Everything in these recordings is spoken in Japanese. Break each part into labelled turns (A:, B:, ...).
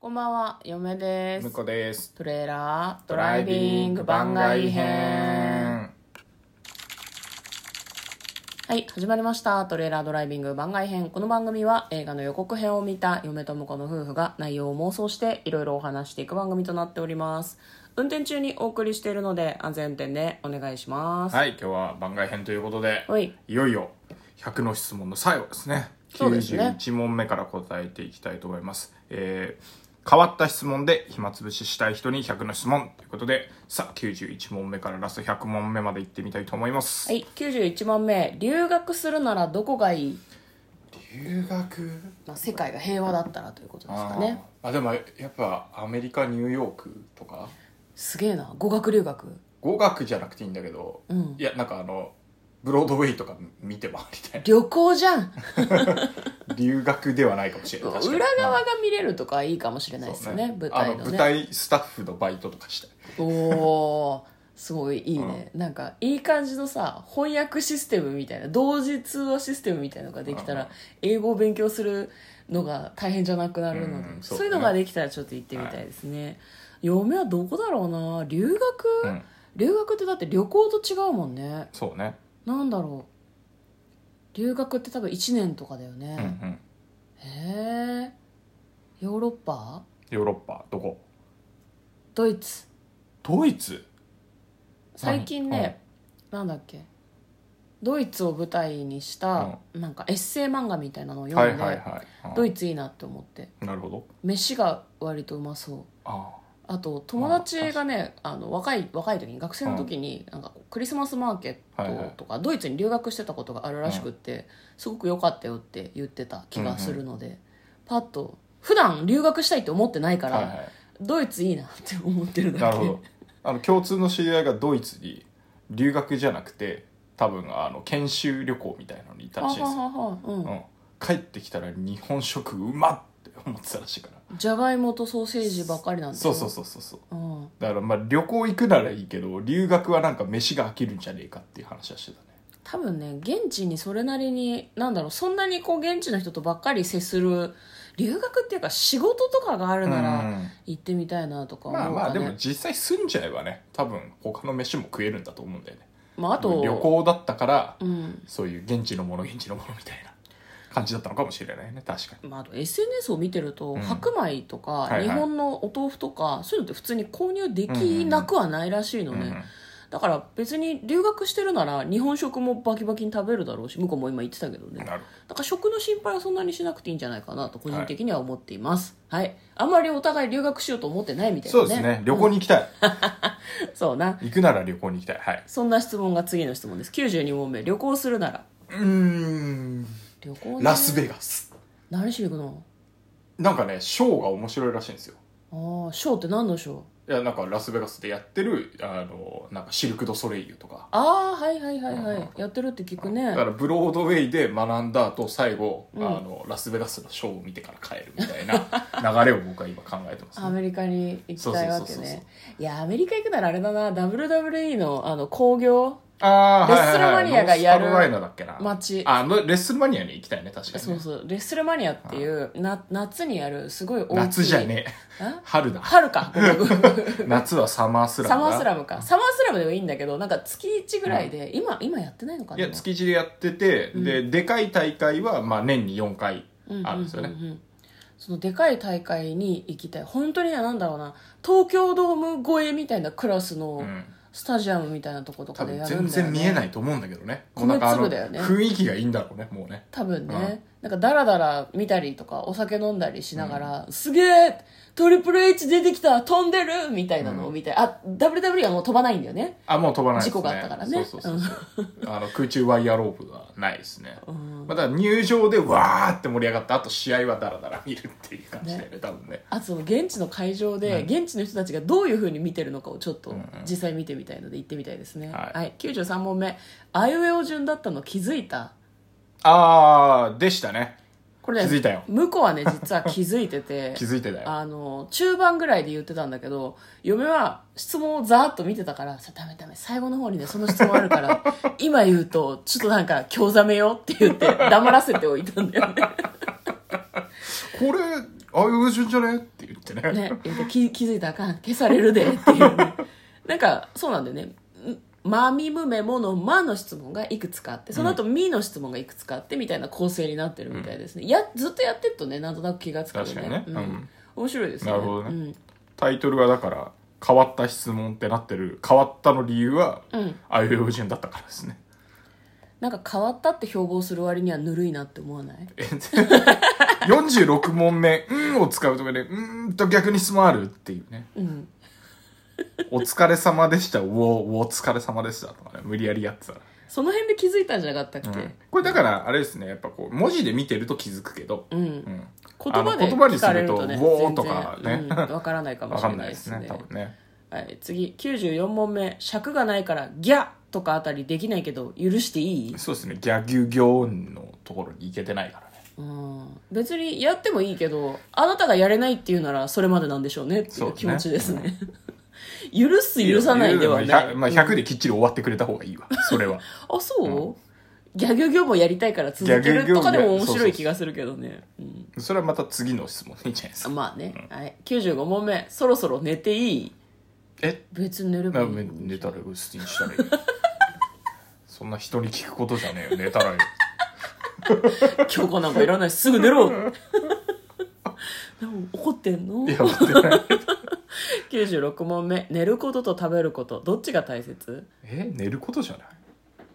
A: こんばんは、嫁です
B: 向。こうです
A: トレーラードライビング番外編。はい、始まりました。トレーラードライビング番外編。この番組は映画の予告編を見た嫁と婿の夫婦が内容を妄想していろいろお話していく番組となっております。運転中にお送りしているので安全運転でお願いします。
B: はい今日は番外編ということで
A: はい
B: いよいよ100の質問の最後ですね
A: そうですね
B: 91問目から答えていきたいと思います、えー変わった質問で暇つぶししたい人に100の質問ということでさあ91問目からラスト100問目までいってみたいと思います、
A: はい、91番目。留学するならどこがいい、
B: 留学
A: まあ、世界が平和だったらということですかね。
B: あーあでもやっぱアメリカニューヨークとか
A: すげえな。語学留学。
B: 語学じゃなくていいんだけど、
A: うん
B: いやなんかあのブロードウェイとか見て回りたい
A: 旅行じゃん
B: 留学ではないかもしれない
A: 裏
B: 確かに
A: 側
B: うん
A: が見れるとかいいかもしれないですよね
B: そう
A: 舞台の
B: あの舞
A: ね
B: 台スタッフのバイトとかしたい
A: おおーすごいいいね、なんかいい感じのさ翻訳システムみたいな同時通話システムみたいなのができた
B: うん
A: ら英語を勉強するのが大変じゃなくなるので、
B: うん
A: そ
B: そううだね
A: いうのができたらちょっと行ってみたいですね、嫁はどこだろうな留学、
B: うん
A: 留学ってだって旅行と違うもんね
B: そうね
A: なんだろう留学って多分1年とかだよ
B: うんう
A: ね、
B: ん
A: へえヨーロッパ
B: ヨーロッパどこ
A: ドイツ
B: ドイツ
A: 最近ね、なんだっけドイツを舞台にした、なんかエッセイ漫画みたいなのを
B: うんは
A: 読
B: い
A: んで、
B: はいはいうん
A: ドイツいいなって思って
B: なるほど
A: 飯が割とうまそう
B: あ
A: あと友達がねあの若い若い時に学生の時に、なんかクリスマスマーケ
B: はいは
A: ッ
B: い
A: トとか、ドイツに留学してたことがあるらしくって、すごく良かったよって言ってた気がするので、パッと普段留学したいって思ってないか
B: あ
A: ら、
B: はいは
A: ドイツいいなって思ってる
B: い
A: だ
B: な
A: け
B: るほ どあの共通の知り合いがドイツに留学じゃなくて多分あの研修旅行みたいなのに行ったらしいで
A: は
B: すよ、
A: はははうん
B: うん、帰ってきたら日本食うまっって思ってたらしいから
A: じゃがいもとソーセージばっかりなんです
B: そ
A: よ
B: うそうそうそうそう
A: う、ん、
B: だからまあ旅行行くならいいけど留学はなんか飯が飽きるんじゃねえかっていう話はしてたね
A: 多分ね現地にそれなりになんだろうそんなにこう現地の人とばっかり接する留学っていうか仕事とかがあるな
B: う
A: ら
B: ん
A: 行ってみたいなとか思う
B: ま
A: か、
B: あ
A: ね
B: まあで
A: ま
B: も
A: あ、
B: 実際住んじゃえばね多分他の飯も食えるんだと思うんだよね
A: あ、と
B: 旅行だったから、
A: うん
B: そういう現地のもの現地のものみたいな感じだったのかもしれないね確かに
A: まあ、あと SNS を見てると、
B: うん
A: 白米とか、
B: いはい
A: 日本のお豆腐とかそういうのって普通に購入できなくはないらしいのね、
B: うん
A: だから別に留学してるなら日本食もバキバキに食べるだろうし向こうも今言ってたけどね
B: なる
A: だから食の心配はそんなにしなくていいんじゃないかなと個人的には思っています。はい。あんまりお互い留学しようと思ってないみたいな
B: そ
A: ね。
B: うですね旅行に行きたい、
A: そうな。
B: 行くなら旅行に行きたいはい
A: そんな質問が次の質問です。92問目。旅行するなら。
B: うーん
A: 旅行、ね、
B: ラスベガス
A: 何しに行くの
B: なんかねショーが面白いらしいんですよ
A: ああ、ショーって何のショー
B: いやなんかラスベガスでやってるあのなんかシルク・ド・ソレイユとか
A: ああ、はいはいはいは
B: うん
A: い。やってるって聞く
B: だ
A: ね
B: か。らブロードウェイで学んだ後最後、
A: うん
B: あのラスベガスのショーを見てから帰るみたいな 流れを僕は今考えてますね、
A: アメリカに行きたいわけ
B: そうそうそうそう
A: ね。いや、アメリカ行くならあれだな。WWE のあの興行
B: あー
A: レッスルマニアがやる
B: ノースカロライナだっけな
A: 街。
B: あのレッスルマニアに行きたいね確かに
A: そ
B: ね、
A: うそう。レッスルマニアっていう、な夏にやるすごい大きい。
B: 夏じゃねえ
A: あ
B: 春だ
A: 春か。ごめ んごめん
B: 夏はサマースラ
A: サ
B: ムだ
A: マースラムかサマースラムでもいいんだけどなんか月1ぐらいで、今今やってないのか
B: い
A: な
B: や月一でやってて、ででかい大会は、まあ、年に4回あるんですよね、
A: ううううんそのでかい大会に行きたい本当にねなんだろうな東京ドーム超えみたいなクラスの
B: うん
A: スタジアムみたいなとこと
B: 多
A: かで
B: 分
A: やる
B: 全
A: んだよ、ね
B: 然見えないと思うんだけどね
A: 米
B: なんかあ
A: 粒
B: の
A: だよね
B: 雰囲気がいいんだろうねもうね
A: 多分ね、なんかダラダラ見たりとかお酒飲んだりしながら、すげえトリプル H 出てきた飛んでるみたいなのを見て、あ WWE はもう飛ばないんだよね
B: あもう飛ばないです
A: 事故
B: ね
A: があったからね
B: そうそうそうそうあの空中ワイヤーロープがないですね、
A: ん
B: まあだから入場でわーって盛り上がったあと試合はダラダラ見るっていう感じだよね多分ね
A: あとその現地の会場で現地の人たちがどういうふうに見てるのかをちょっと
B: んうん
A: 実際見てみたいので行ってみたいですね、
B: はい
A: はい、93問目「あいうえお順だったの気づいた?
B: ああでしたね」
A: これね
B: 気づいたよ
A: 向こう はね実は気づいてて
B: 気づいてたよ
A: あの中盤ぐらいで言ってたんだけど嫁は質問をざーっと見てたから「さダメダメ最後の方にねその質問あるから 今言うとちょっとなんか興ざめよ」って言って黙らせておいたんだよね
B: これあ、よろしいんじゃねって言ってね。
A: ね、言って気気づいたらあかん消されるで っていう、ね、なんかそうなんだよね「まみむめも」の「ま」の質問がいくつかあってその後み」の質問がいくつかあってみたいな構成になってるみたいですね、やずっとやってるとねなんとなく気がつくよ
B: 確かにね
A: うん
B: うん
A: 面白いです
B: なるほどね
A: うん
B: タイトルがだから、変わった質問ってなってる、変わったの理由は、
A: うん
B: あいうえお順だったからですね。
A: なんか変わったって標榜する割にはぬるいなって思わない
B: え46問目、うんを使うとかで、うーんと逆に質問あるっていうね。
A: うん
B: お疲れ様でした、うお、うお疲れ様でしたとかね、無理やりやってたら。
A: その辺で気づいたんじゃなかったっけ、
B: うんこれだから、あれですね、やっぱこう、文字で見てると気づくけど、
A: うん
B: うん。
A: 言葉で
B: あの言葉に
A: 聞
B: す
A: かれ
B: る
A: る
B: と
A: とね
B: ウォーとかね
A: 全然うんわからないかも
B: わ
A: し
B: か
A: れ
B: ん
A: な
B: ない
A: で
B: いです
A: す
B: ね、
A: ね
B: 多分ね。
A: はい、次94問目尺がないからギャとかあたりできないけど許していい、
B: そうですね、ギャギュギョンのところに行けてないからね。
A: うん、別にやってもいいけどあなたがやれないっていうならそれまでなんでしょうねってい
B: そ
A: うう
B: です
A: 気
B: ね
A: 持ちですね許す許さないではない
B: まあ、100できっちり終わってくれた方がいいわ、それは。
A: あそう、ギャギョギョもやりたいから続け
B: ギャギョギ
A: る
B: ョ
A: とかでも面
B: そうそう
A: 白
B: そう
A: い気がするけどねうん
B: それはまた次の質問でいいんじゃないです
A: あ
B: か。
A: まあね、はい、95問目そろそろ寝ていい
B: え
A: 別に寝れば
B: ない
A: い
B: 寝たらよ、スティ ンしたらいい。そんな人に聞くことじゃねえよ、寝たらよ。
A: 今日かなんかいらないしすぐ寝 ろでも怒ってんの
B: いや、待ってない。
A: 96問目寝ることと食べることどっちが大切
B: え寝ることじゃない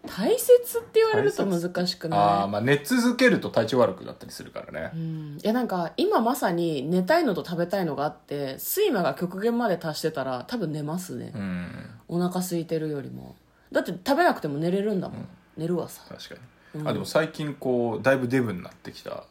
A: 大切って言われると難しく
B: ああ、
A: な
B: まあ寝続けると体調悪くなったりするからね
A: い、う。ん、いやなんか今まさに寝たいのと食べたいのがあって睡魔が極限まで達してたら多分寝ますね
B: う、ん、
A: お腹空いてるよりもだって食べなくても寝れるんだもん、寝るわさ
B: 確か
A: う
B: に。
A: ん
B: あ、でも最近こう、だいぶデブになってきた、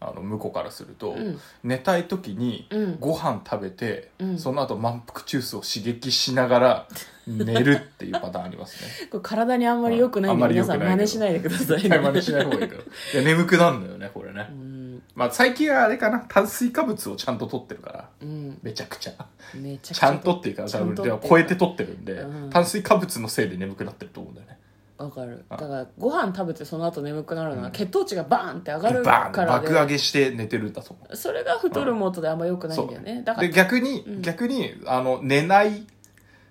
B: あの、向こうからすると、
A: うん
B: 寝たい時に
A: うん
B: ご飯食べて、
A: うん
B: その後満腹中枢を刺激しながら寝るっていうパターンあります ね。
A: これ体にあんまり良くないん
B: あ
A: で
B: んまり良
A: 皆
B: く
A: さ
B: な
A: ん
B: いけど
A: 真似しないでください
B: 絶
A: ね
B: 対真似しない方がいいけど。いや、眠くなるんだよね、これね。
A: うん、
B: まあ、最近はあれかな、炭水化物をちゃんと取ってるから、
A: うん、
B: めちゃくちゃ。
A: めちゃく
B: ちゃんとっていうか、多分、では超えて取ってるんで、
A: うん
B: 炭水化物のせいで眠くなってると思うんだよね。
A: わかる
B: あ
A: だからご飯食べてその後眠くなるのは血糖値がバーンって上がる
B: バーン
A: からで
B: 爆上げして寝てるんだと思う。
A: それが太るもとであんま良くないんだよねだから
B: で、逆に、
A: うん
B: 逆に、あの、寝ない、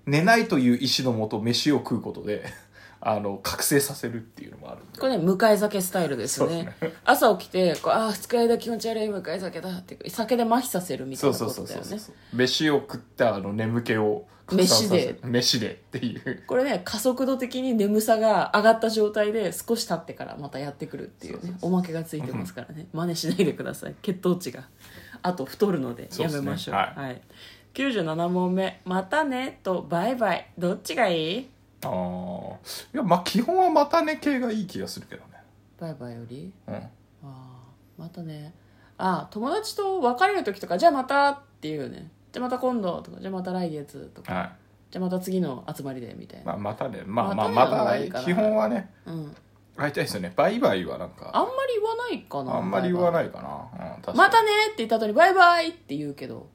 B: 寝ないという意思のもと飯を食うことで、 あの、覚醒させるっていうのもあるんで
A: これね向かい酒スタイルですよね朝起きてこうああ二日酔いだ気持ち悪い向かい酒だって酒で麻痺させるみた
B: そ
A: いうなこ
B: そうそ
A: と
B: う
A: だ
B: そ
A: よ
B: う
A: ね
B: そう。飯を食ったあの眠気を拡散させる飯でっていう。
A: これね加速度的に眠さが上がった状態で少し経ってからまたやってくるっていうね
B: そうそうそ
A: おまけがついてますからね真似しないでください血糖値があと太るので
B: そう
A: や
B: ですね
A: めましょう
B: は
A: はい、97問目「またね」と「バイバイ」どっちがいい
B: ああ。いや、まあ基本はまたね系がいい気がするけど
A: バイバイより
B: ね。
A: ああまたねああ友達と別れる時とかじゃあまたっていうねじゃあまた今度とかじゃあまた来月と
B: う
A: か
B: ん。はい。
A: じゃあまた次の集まりでみたいな、
B: まあまたね。まあまあま
A: またねの方がいい
B: た
A: かな
B: 基本はね、
A: うん、
B: 会いたいですよね。バイバイはなん
A: あん
B: か、
A: まり言わないかな
B: あんまり言わ
A: バイ
B: ないかな。うん、確か
A: バイ
B: に。
A: またねって言った後にバイバイって言うけど、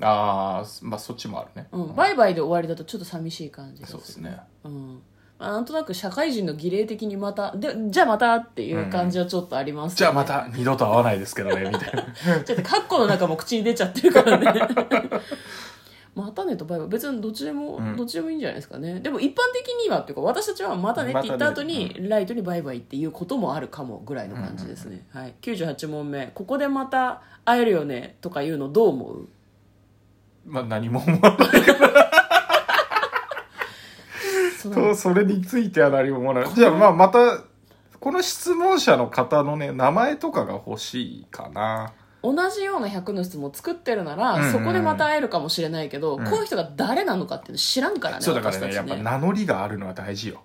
B: ああ、まあそっちもあるね。
A: うん、バイバイで終わりだとちょっと寂しい感じがす
B: そ
A: る
B: うですね。
A: うんまあ、なんとなく社会人の儀礼的にまたでじゃあまたっていう感じはちょっとあります
B: じゃ
A: よ
B: あ
A: ね、
B: また二度と会わないですけどね、みたいな。
A: ちょっとカッコの中も口に出ちゃってるからね またねとバイバイ別にどっちでも、
B: うん
A: どっちでもいいんじゃないですかねでも一般的にはっていうか私たちはまたねって言った後に、
B: ま
A: ライトにバイバイっていうこともあるかもぐらいの感じですね、はい、98問目ここでまた会えるよねとか言うのどう思う
B: まあ何も思わない。
A: その
B: と、それについては何も思わない。じゃあまあまた、この質問者の方のね、名前とかが欲しいかな。
A: 同じような100の質問作ってるなら、
B: うんうんうん
A: そこでまた会えるかもしれないけど、
B: うん
A: こういう人が誰なのかっていうの知らんからね
B: そうだからね
A: 私
B: や
A: たち
B: っぱ名乗りがあるのは大事よ、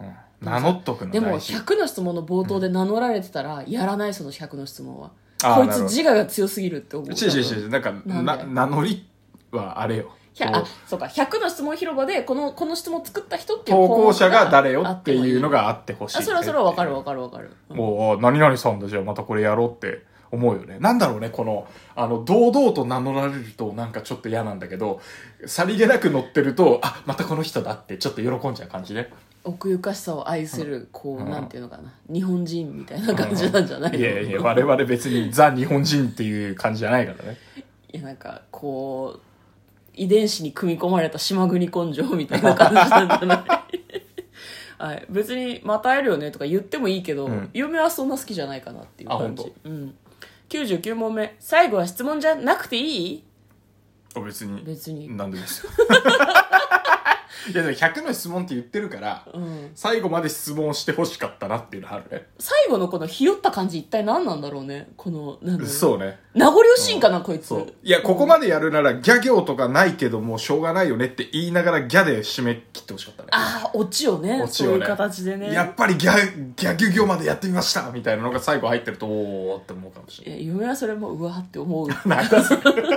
B: うん、名乗っとくの
A: でも
B: 大事
A: 100の質問の冒頭で名乗られてたらやらないその100の質問は
B: あー
A: こい
B: な
A: つ
B: るほど
A: 自我が強すぎるって思う
B: 違う違う違うなんか
A: なん
B: な
A: で
B: 名乗りはあれよ
A: ひゃ
B: こう
A: あそうか100の質問広場でこのこの質問作った人っていう
B: 投稿者が誰よ
A: 項目
B: っていうの
A: あ
B: があってほ
A: っ
B: してい
A: もいいあそれはそれは分かる分かる分かる、うん
B: もう何々さんだじゃあまたこれやろうって思うよねなんだろうねこのあの堂々と名乗られるとなんかちょっと嫌なんだけどさりげなく乗ってるとあまたこの人だってちょっと喜んじゃう感じね
A: 奥ゆかしさを愛するこう、
B: うん
A: なんていうのかな日本人みたいな感じなんじゃないの、
B: いやいや、我々別にザ日本人っていう感じじゃないからね。
A: いやなんかこう遺伝子に組み込まれた島国根性みたいな感じなん じゃないはい、別に「また会えるよね」とか言ってもいいけど、
B: うん
A: 嫁はそんな好きじゃないかなっていう感
B: あ
A: じ
B: 本、
A: うん、99問目最後は質問じゃなくていい
B: 別に。
A: 別に
B: なんでですよ。 いやでも100の質問って言ってるから、
A: うん、
B: 最後まで質問してほしかったなっていうのあるね。
A: 最後のこのひよった感じ一体何なんだろうねこのなんだろう
B: そうね。
A: 名残惜しいんかな、こいつ
B: そう。いや、ここまでやるなら、ギャ行とかないけど、もうしょうがないよねって言いながらギャで締め切ってほしかったね。
A: ああオチをね
B: オチを
A: そう
B: ね
A: いう形でね
B: やっぱりギャ、ギャギュ行までやってみましたみたいなのが最後入ってると、おーって思うかもしれ
A: いや嫁はそれもうわーって 思う
B: ない。なんだそれあり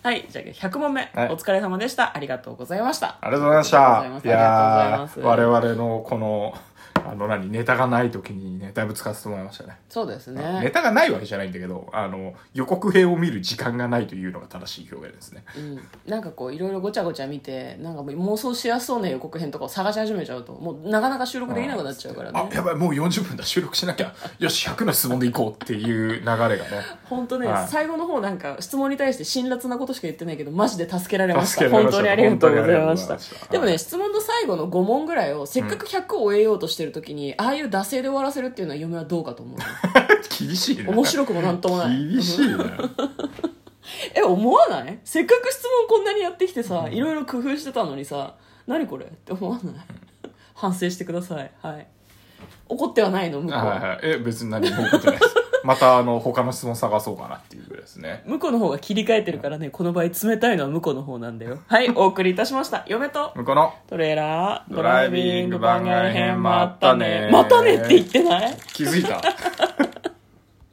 A: はいじゃあ100問目、
B: はい
A: お疲れ様でしたありがとうございました
B: がとうございました。
A: ありがとうございます
B: いやー我々のこの、あの何、ネタがない時にね、だいぶ使わせてもらいましたね。
A: そうです
B: ネ
A: ね、
B: タがないわけじゃないんだけど、あの、予告編を見る時間がないというのが正しい表現ですね。
A: うん、なんかこういろいろごちゃごちゃ見てなんかもう妄想しやすそうな予告編とかを探し始めちゃうともうなかなか収録できなくなっちゃうから
B: あ
A: ね、
B: やばい、もう40分だ、収録しなきゃ。よし、100の質問でいこうっていう流れがね。
A: 本当ね、
B: はい
A: 最後の方なんか質問に対して辛辣なことしか言ってないけどマジで助けられました
B: 助けら
A: 本
B: れました
A: 当にありがとうございました
B: 本当にありがとうございましたはい
A: でもね質問の最後の5問ぐらいをせっかく100を終えようとしてる時に、ああいう惰性で終わらせるっていうのは嫁はどうかと思う
B: 厳しいね。
A: 面白くもなんともない
B: 厳しいね。
A: え思わないせっかく質問こんなにやってきてさ、いろいろ工夫してたのにさ何これって思わない 反省してくださいはい怒ってはないの向こう
B: あ
A: は、
B: はいはい。え、別に何も起こってないです。また、あの、他の質問探そうかなっていうぐらいですね。
A: 向こうの方が切り替えてるからねこの場合冷たいのは向こうの方なんだよはいお送りいたしました嫁と
B: 向こうの、
A: トレーラード
B: ドライビング番外編
A: まったね
B: ま
A: ま
B: た
A: た
B: ね
A: ねって言ってない
B: 気づいた。